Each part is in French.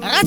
Planet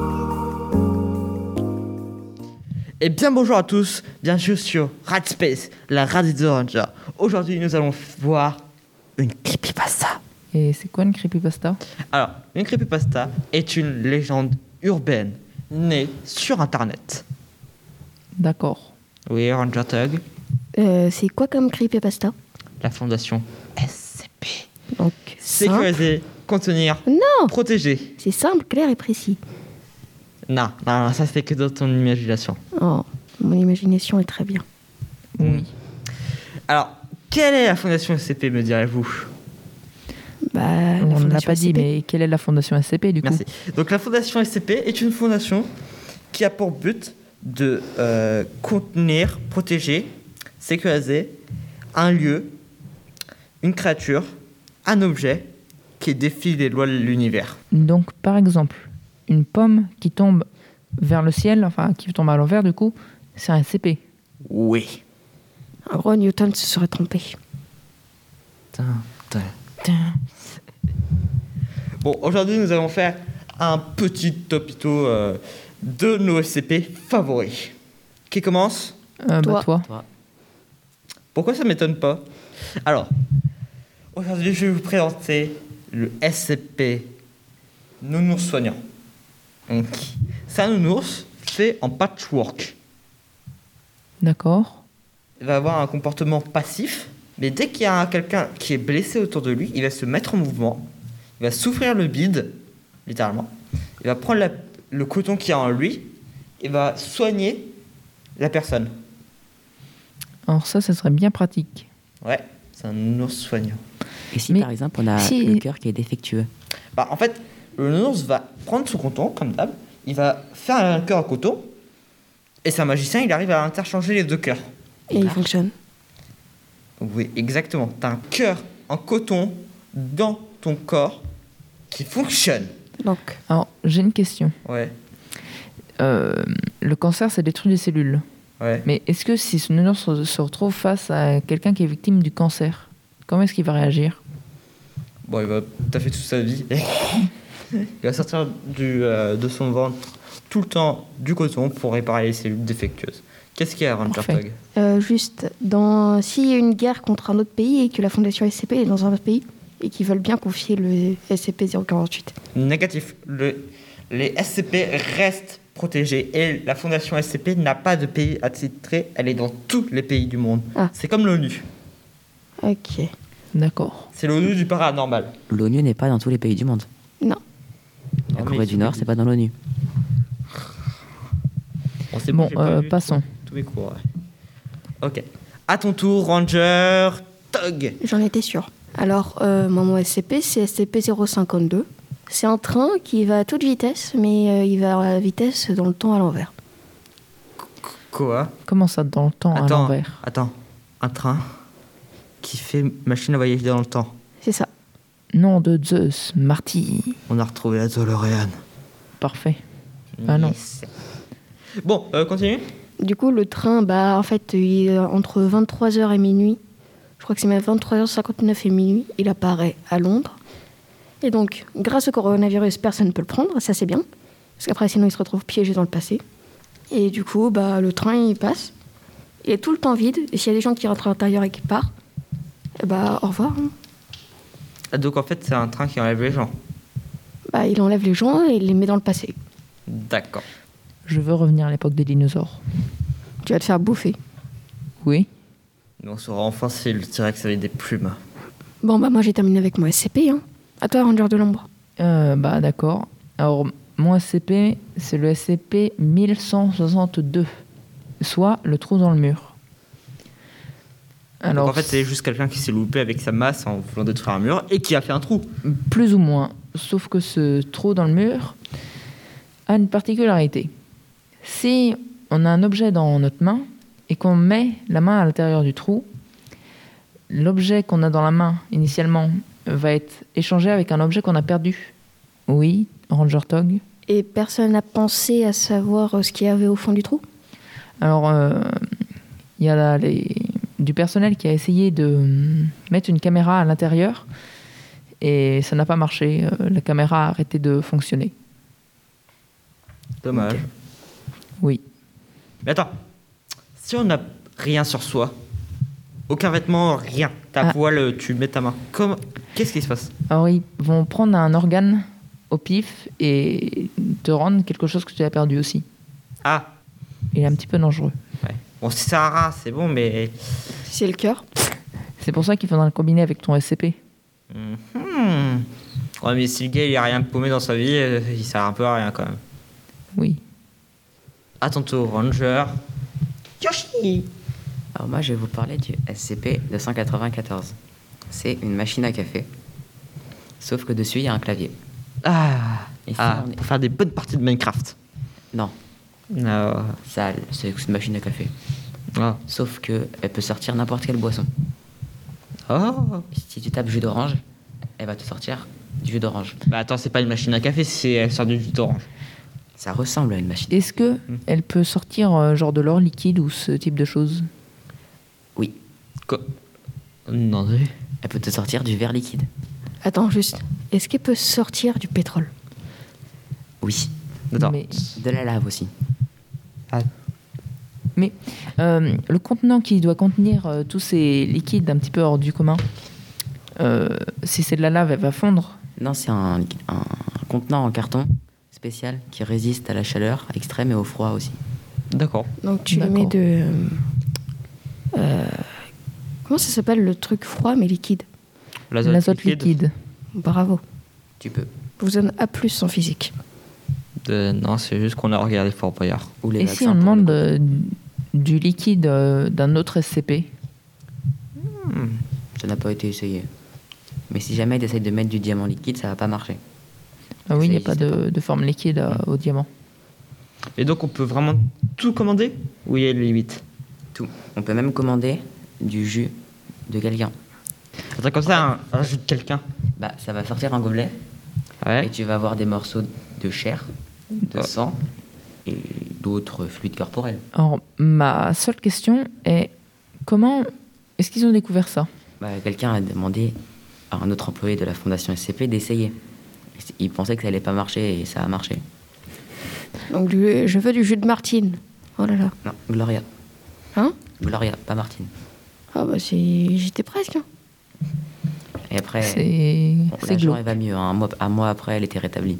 Et bien bonjour à tous, bienvenue sur Rat Space, la radio de Ranger. Aujourd'hui, nous allons voir une creepypasta. Et c'est quoi une creepypasta Alors, une creepypasta est une légende urbaine née sur Internet. D'accord. Oui, Ranger Tug, Euh, c'est quoi comme creepypasta la fondation SCP. Donc, simple. Sécuriser, contenir, Non, protéger. c'est simple, clair et précis. Non, non, non, ça c'est que dans ton imagination. Oh, mon imagination est très bien. Oui. Alors, quelle est la fondation SCP, me direz-vous Bah, la On ne l'a fondation pas dit, SCP. mais quelle est la fondation SCP du coup Merci. Donc la fondation SCP est une fondation qui a pour but de euh, contenir, protéger, sécuriser un lieu, une créature, un objet qui défie les lois de l'univers. Donc par exemple, une pomme qui tombe vers le ciel, enfin qui tombe à l'envers du coup, c'est un SCP. Oui. En gros, Newton se serait trompé. Bon, aujourd'hui nous allons faire un petit topito euh, de nos SCP favoris. Qui commence Euh, Toi. bah, toi. Pourquoi ça m'étonne pas Alors, aujourd'hui, je vais vous présenter le SCP Nounours soignant. Donc, c'est un nounours fait en patchwork. D'accord. Il va avoir un comportement passif, mais dès qu'il y a quelqu'un qui est blessé autour de lui, il va se mettre en mouvement, il va souffrir le bide, littéralement, il va prendre la- le coton qu'il y a en lui, et va soigner la personne. Alors ça, ça serait bien pratique. Ouais, c'est un nounours soignant. Et si Mais par exemple on a si- le cœur qui est défectueux Bah, en fait, le nounours va prendre son coton, comme d'hab, il va faire un cœur à coton, et c'est un magicien, il arrive à interchanger les deux cœurs. Et Bah. il fonctionne. Donc oui, exactement. T'as un cœur en coton dans ton corps qui fonctionne. Donc, Alors j'ai une question. Ouais, Euh, le cancer, ça détruit les cellules. ouais. Mais est-ce que si ce nounours se se retrouve face à quelqu'un qui est victime du cancer, comment est-ce qu'il va réagir Bon, il va t'as fait toute sa vie. il va sortir du, euh, de son ventre tout le temps du coton pour réparer les cellules défectueuses. Qu'est-ce qu'il y a, Ranger Parfait. Tog euh, juste, dans... s'il y a une guerre contre un autre pays et que la fondation SCP est dans un autre pays et qu'ils veulent bien confier le SCP-048, Négatif. Le- les SCP restent protégés et la fondation SCP n'a pas de pays attitré. Elle est dans tous les pays du monde. Ah. C'est comme l'ONU. ok. D'accord. C'est l'ONU du paranormal. L'ONU n'est pas dans tous les pays du monde. Non, La Non, mais Corée du c'est Nord, pas- c'est pas dans l'ONU. Bon, c'est Bon, j'ai pas euh, vu passons. Tous, tous mes cours. ouais. Ok. À ton tour, Ranger Tog. J'en étais sûre. Alors, euh, moi, mon SCP, c'est SCP-052. C'est un train qui va à toute vitesse, mais euh, il va à la vitesse dans le temps à l'envers. Quoi Comment ça, dans le temps, à Attends, l'envers attends. Un train qui fait machine à voyager dans le temps. C'est ça. Nom de Zeus, Marty. On a retrouvé la DeLorean. Parfait. Ah non. Yes. Bon, euh, continue. Du coup, le train, bah, en fait, il est entre 23h et minuit. Je crois que c'est même 23h59 et minuit. Il apparaît à Londres. Et donc, grâce au coronavirus, personne ne peut le prendre. Ça, c'est bien. Parce qu'après, sinon, il se retrouve piégé dans le passé. Et du coup, bah, le train, il passe. Il est tout le temps vide. Et s'il y a des gens qui rentrent à l'intérieur et qui partent, eh bah, au revoir. hein. Ah, Donc en fait, c'est un train qui enlève les gens. Bah, il enlève les gens et il les met dans le passé. D'accord. Je veux revenir à l'époque des dinosaures. Tu vas te faire bouffer. Oui. Mais on saura enfin si le T-Rex avait des plumes. Bon, bah, moi, j'ai terminé avec mon SCP. Hein. À toi, Ranger de l'ombre. Euh, bah d'accord. Alors, mon SCP, c'est le SCP 1162, soit le trou dans le mur. Alors, en fait, c'est juste quelqu'un qui s'est loupé avec sa masse en voulant détruire un mur et qui a fait un trou. plus ou moins, sauf que ce trou dans le mur a une particularité. Si on a un objet dans notre main et qu'on met la main à l'intérieur du trou, l'objet qu'on a dans la main initialement va être échangé avec un objet qu'on a perdu. Oui, Ranger Tog. Et personne n'a pensé à savoir euh, ce qu'il y avait au fond du trou Alors, euh, il y a là les- du personnel qui a essayé de hum, mettre une caméra à l'intérieur et ça n'a pas marché. Euh, La caméra a arrêté de fonctionner. Dommage. Oui. Mais attends, si on n'a rien sur soi, aucun vêtement, rien, ta Ah. poêle, tu mets ta main, comment- qu'est-ce qui se passe Alors, ils vont prendre un organe au pif et te rendre quelque chose que tu as perdu aussi. Ah, Il est un petit peu dangereux. ouais. Bon, si c'est un rat, c'est bon, mais. Si c'est le cœur. C'est pour ça qu'il faudra le combiner avec ton SCP. Hmm. Ouais, mais si le gars, il a rien paumé dans sa vie, euh, il sert un peu à rien quand même. Oui. À ton tour, Ranger. Yoshi Alors moi, je vais vous parler du SCP-294. C'est une machine à café, sauf que dessus, il y a un clavier. Ah, Et ça, ah on est- pour faire des bonnes parties de Minecraft. Non, Ah, ça, c'est une machine à café. ah. Sauf que elle peut sortir n'importe quelle boisson. Oh. Si tu tapes jus d'orange, elle va te sortir du jus d'orange. Bah attends, c'est pas une machine à café, c'est elle sort du jus d'orange. Ça ressemble à une machine. Est-ce que elle peut sortir euh, genre de l'or liquide ou ce type de choses Oui, Quoi Non, mais- elle peut te sortir du verre liquide. Attends, juste. Est-ce qu'il peut sortir du pétrole Oui, Attends. Mais- de la lave aussi. Ah, Mais euh, le contenant qui doit contenir euh, tous ces liquides un petit peu hors du commun, euh, si c'est de la lave, elle va fondre. Non, c'est un, un contenant en carton spécial qui résiste à la chaleur extrême et au froid aussi. D'accord. Donc tu le mets D'accord. de. euh, euh, comment ça s'appelle le truc froid mais liquide L'azote liquide. Bravo. Tu peux. Je vous donne A plus en physique. Euh, non, c'est juste qu'on a regardé Fort Boyard. Ou les Et si vaccins on pour demande le- euh, du liquide euh, d'un autre SCP Ça n'a pas été essayé. Mais si jamais tu essayes de mettre du diamant liquide, ça va pas marcher. Ah oui, il n'y a Ça pas existe de, de forme liquide euh, au diamant. Et donc, on peut vraiment tout commander Ou il y a une limite Tout. On peut même commander du jus de quelqu'un. Attends, comme ça, un, un jus de quelqu'un. Bah, ça va sortir un gobelet et Ouais. tu vas avoir des morceaux de chair, de Ouais. sang et d'autres fluides corporels. Alors, ma seule question est comment est-ce qu'ils ont découvert ça Bah, quelqu'un a demandé à un autre employé de la fondation SCP d'essayer. Il pensait que ça allait pas marcher et ça a marché. Donc du- je veux du jus de Martine. Oh là là. Non, Gloria. Hein Gloria, pas Martine. Ah bah c'est. J'étais presque. hein. Et après, C'est bon, c'est Eh, la glauque. journée va mieux. hein. Un, mois, un mois après, elle était rétablie.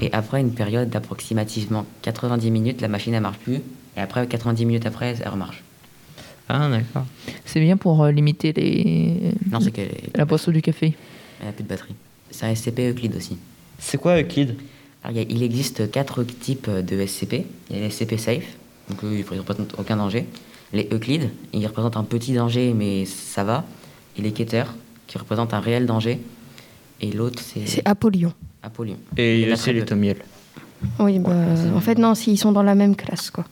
Et après une période d'approximativement 90 minutes, la machine ne marche plus. Et après 90 minutes après, elle remarche. Ah, d'accord. C'est bien pour euh, limiter les... Non, c'est qu'elle est- la boisson du café. elle n'a plus de batterie. C'est un SCP Euclide aussi. C'est quoi euh, Euclide Alors, il, y a- il existe quatre types de SCP. Il y a les SCP safe, donc eux, ils ne représentent aucun danger. Les Euclides, ils représentent un petit danger, mais ça va. Et les Keter, qui représentent un réel danger. Et l'autre, c'est C'est Apollyon. Apollyon. Et euh, Il y en a c'est très les peu. tomiels. Oui, bah, en fait, non, s'ils sont dans la même classe, quoi.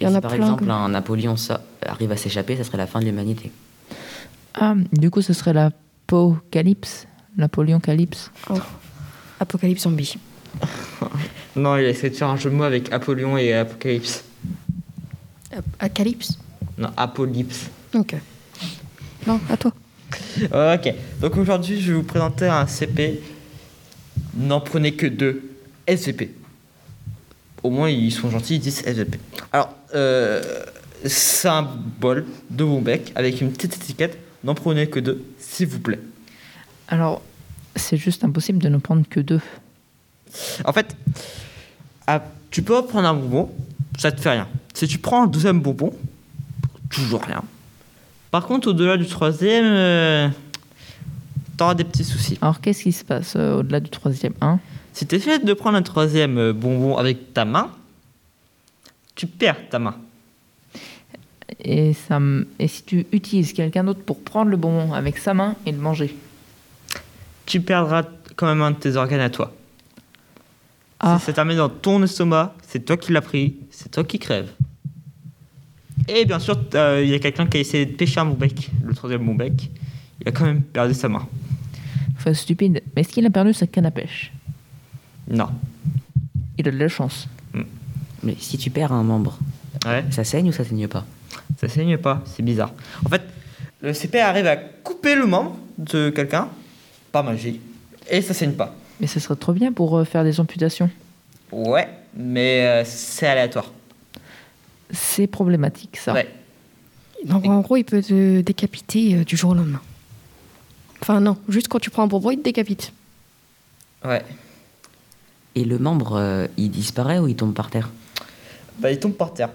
Il y Et en si a par plein. exemple comme- un Napoléon ça, arrive à s'échapper, ça serait la fin de l'humanité. Ah, du coup, ce serait l'apocalypse Napoléon Calypse Oh. Apocalypse zombie. Non, il a essayé de faire un jeu de mots avec Apollyon et Apocalypse. Apocalypse Non, Apolypse. Ok. Non, à toi. Ok, donc aujourd'hui je vais vous présenter un CP. N'en prenez que deux. SVP. Au moins ils sont gentils, ils disent SVP. Alors, euh, c'est un bol de bon bec avec une petite étiquette. N'en prenez que deux, s'il vous plaît. Alors, c'est juste impossible de ne prendre que deux. En fait, ah, tu peux prendre un bonbon, ça te fait rien. Si tu prends un deuxième bonbon, toujours rien. Par contre, au-delà du troisième, euh, t'auras des petits soucis. Alors, qu'est-ce qui se passe euh, au-delà du troisième 1 Si tu essaies de prendre un troisième euh, bonbon avec ta main, tu perds ta main. et, ça m- et si tu utilises quelqu'un d'autre pour prendre le bonbon avec sa main et le manger Tu perdras quand même un de tes organes à toi. Ah. Si ça termine dans ton estomac, c'est toi qui l'as pris, c'est toi qui crèves. Et bien sûr, euh, il y a quelqu'un qui a essayé de pêcher un Moubek, le troisième Moubek. Il a quand même perdu sa main. Enfin, stupide. Mais est-ce qu'il a perdu sa canne à pêche Non. Il a de la chance. Mais si tu perds un membre, Ouais. ça saigne ou ça saigne pas Ça saigne pas, c'est bizarre. En fait, le CP arrive à couper le membre de quelqu'un par magie et ça saigne pas. Mais ce serait trop bien pour euh, faire des amputations. Ouais, mais euh, c'est aléatoire. C'est problématique, ça. Ouais. Donc en gros, il peut te décapiter euh, du jour au lendemain. Enfin non, juste quand tu prends un bonbon, il te décapite. Ouais. Et le membre, euh, il disparaît ou il tombe par terre Bah, il tombe par terre.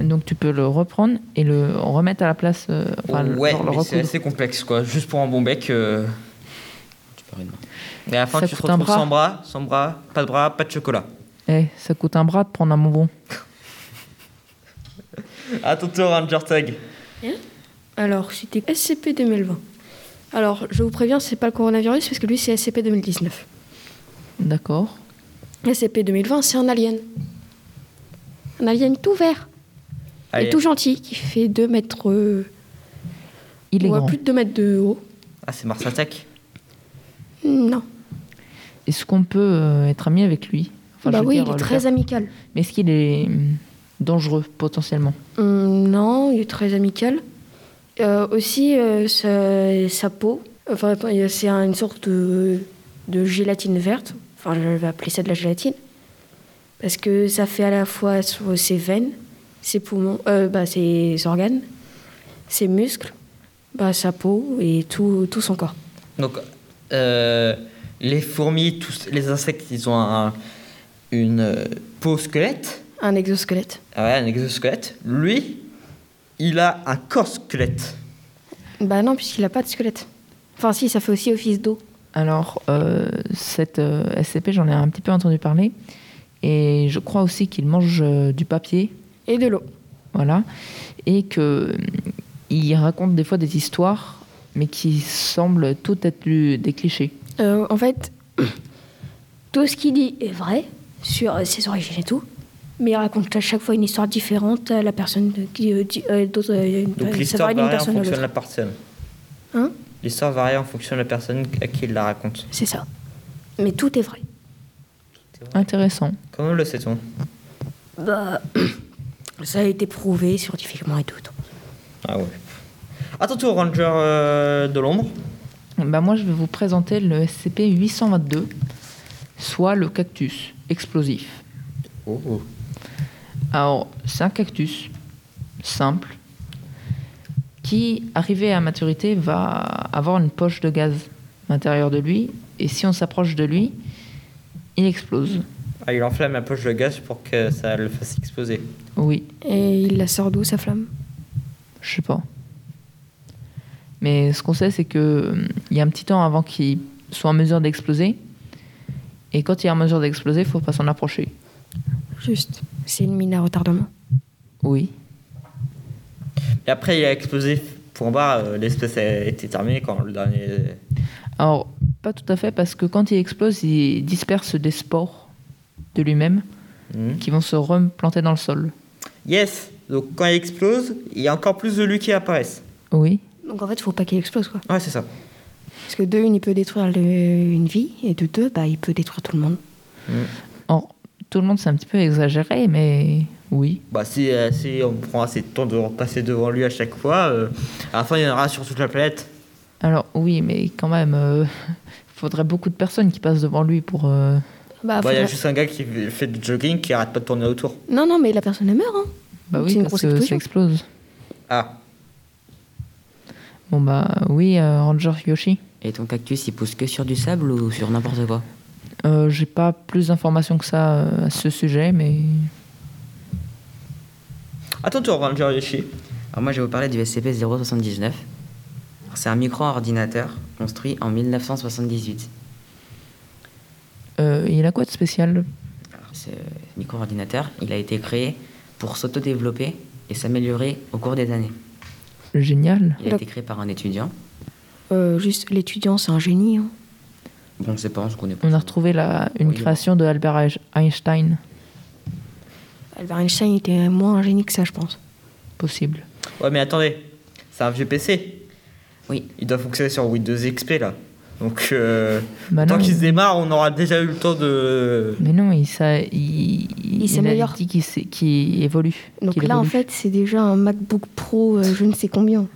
Donc tu peux le reprendre et le remettre à la place. euh, enfin, le- ouais, genre le mais c'est recoudre. assez complexe quoi. Juste pour un bon bec. euh, Tu perds une main. Et à la fin, Ça tu te coûte un retrouves bras. sans bras, sans bras, pas de bras, pas de chocolat. Eh, ça coûte un bras de prendre un bonbon. À ton tour, Ranger Tag. Alors, c'était SCP 2020. Alors, je vous préviens, c'est pas le coronavirus, parce que lui, c'est SCP 2019. D'accord. SCP 2020, c'est un alien. Un alien tout vert Allez. et tout gentil, qui fait 2 mètres... euh, Il est ouais, grand. plus de 2 mètres de haut. Ah, c'est Mars Attack. Non. Est-ce qu'on peut euh, être ami avec lui Enfin, je bah veux oui, dire, il est le très faire. amical. Mais est-ce qu'il est hum, dangereux potentiellement Hum, non, il est très amical. Euh, aussi, euh, sa, sa peau, enfin, attends, il y a- c'est un- une sorte de, de gélatine verte. Enfin, je vais appeler ça de la gélatine. Parce que ça fait à la fois sur ses veines, ses poumons, euh, bah, ses organes, ses muscles, bah, sa peau et tout, tout son corps. Donc, euh, les fourmis, tous les insectes, ils ont un- une euh, peau squelette. Un exosquelette. Ah ouais, un exosquelette. Lui, il a un corps squelette. Bah non, puisqu'il n'a pas de squelette. Enfin, si, ça fait aussi office d'eau. Alors, euh, cette euh, SCP, j'en ai un petit peu entendu parler. Et je crois aussi qu'il mange euh, du papier. Et de l'eau. Voilà. Et que hum, il raconte des fois des histoires, mais qui semblent toutes être du- des clichés. Euh, en fait, tout ce qu'il dit est vrai sur euh, ses origines et tout, mais il raconte à chaque fois une histoire différente à la personne de- qui euh, dit euh, d'autres, euh, Donc, euh, ça l'histoire varie d'une varie en personne à fonction de l'autre. la personne. Hein L'histoire varie en fonction de la personne à qui il la raconte. C'est ça. Mais tout est vrai. Intéressant. Comment le sait-on Bah, ça a été prouvé scientifiquement et tout. Ah ouais. À ton tour, Ranger euh, de l'ombre. Bah, moi, je vais vous présenter le SCP-822, soit le cactus explosif. Oh. Alors, c'est un cactus simple qui, arrivé à maturité, va avoir une poche de gaz à l'intérieur de lui. Et si on s'approche de lui, il explose. Ah, il enflamme la poche de gaz pour que ça le fasse exploser. Oui, Et il la sort d'où, sa flamme je sais pas. Mais ce qu'on sait, c'est que hum, il y a un petit temps avant qu'il soit en mesure d'exploser. Et quand il est en mesure d'exploser, il faut pas s'en approcher. Juste. C'est une mine à retardement. Oui. Et après, il a explosé pour en bas. euh, L'espèce a été terminée quand le dernier. euh, Alors, pas tout à fait, parce que quand il explose, il disperse des spores de lui-même Hmm. qui vont se replanter dans le sol. Yes Donc, quand il explose, il y a encore plus de lui qui apparaissent. Oui. Donc en fait, il faut pas qu'il explose, quoi. Ouais, c'est ça. Parce que de une, il peut détruire le- une vie, et de deux, bah, il peut détruire tout le monde. Or, tout le monde, c'est un petit peu exagéré, mais oui. Bah, si, euh, si on prend assez de temps de repasser devant lui à chaque fois, euh, à la fin, il y en aura sur toute la planète. Alors, oui, mais quand même, il faudrait beaucoup de personnes qui passent devant lui pour. euh, Bah, Bah, il y a faudra- juste un gars qui fait du jogging qui arrête pas de tourner autour. Non, non, mais la personne elle meurt, hein. Bah oui, C'est une parce grosse que ça explosion. explose. Ah, Bon, bah oui, euh, Ranger Yoshi. Et ton cactus, il pousse que sur du sable ou sur n'importe quoi Euh, J'ai pas plus d'informations que ça euh, à ce sujet, mais. à ton tour, Ranger Yoshi. Alors moi, je vais vous parler du SCP-079. Alors, C'est un micro-ordinateur construit en 1978. euh, il a quoi de spécial Alors, Ce micro-ordinateur, il a été créé pour s'auto-développer et s'améliorer au cours des années. Génial. Il a Donc- été créé par un étudiant. Euh, juste, l'étudiant, c'est un génie. hein. Bon, on sait pas, on se connaît pas. On a retrouvé la, une Oui. création de Albert Einstein. Albert Einstein était moins un génie que ça, je pense. possible. Ouais, mais attendez, c'est un vieux PC. Oui. Il doit fonctionner sur Windows XP là. Donc, euh, Bah tant non, qu'il se démarre, on aura déjà eu le temps de. mais non, il, ça, il, il a s'améliore. dit qu'il s'est- qu'il évolue. Donc qu'il là, en évolue. fait, c'est déjà un MacBook Pro, euh, je ne sais combien.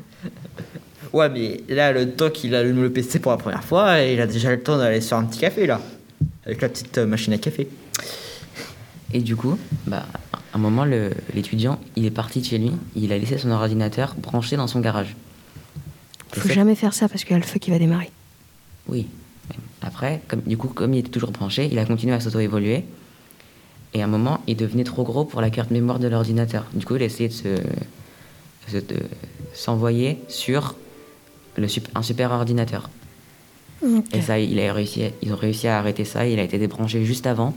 Ouais, mais là, le temps qu'il allume le PC pour la première fois, il a déjà le temps d'aller se faire un petit café là. Avec la petite euh, machine à café. Et du coup, bah, à un moment, le- l'étudiant, il est parti de chez lui, il a laissé son ordinateur branché dans son garage. Et Faut ça- jamais faire ça parce qu'il y a le feu qui va démarrer. Oui. Après, comme, du coup, comme il était toujours branché, il a continué à s'auto-évoluer. Et à un moment, il devenait trop gros pour la carte mémoire de l'ordinateur. Du coup, il a essayé de se- se- de s'envoyer sur le, sup- un super ordinateur. Et ça, il a réussi, ils ont réussi à arrêter ça. Il a été débranché juste avant.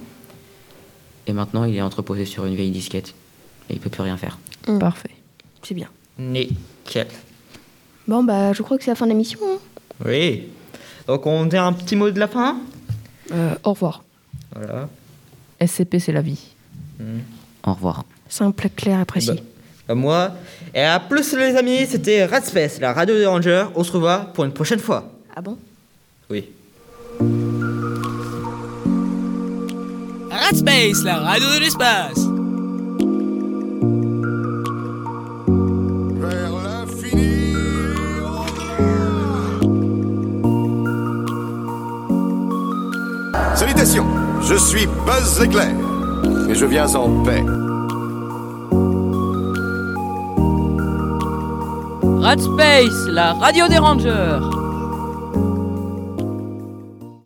Et maintenant, il est entreposé sur une vieille disquette. Et il peut plus rien faire. Parfait. C'est bien. Nickel. Bon, bah, je crois que c'est la fin de la mission. hein. Oui. Donc, on dit un petit mot de la fin hein. Euh, au revoir. Voilà. SCP, c'est la vie. Au revoir. Simple, clair et précis. Bah, bah, moi. Et à plus, les amis, c'était Ratspace, la radio des Rangers. On se revoit pour une prochaine fois. Ah bon Oui. Radspace, la radio de l'espace. Vers l'infini. Salutations, je suis Buzz Éclair et je viens en paix. Radspace, la radio des rangers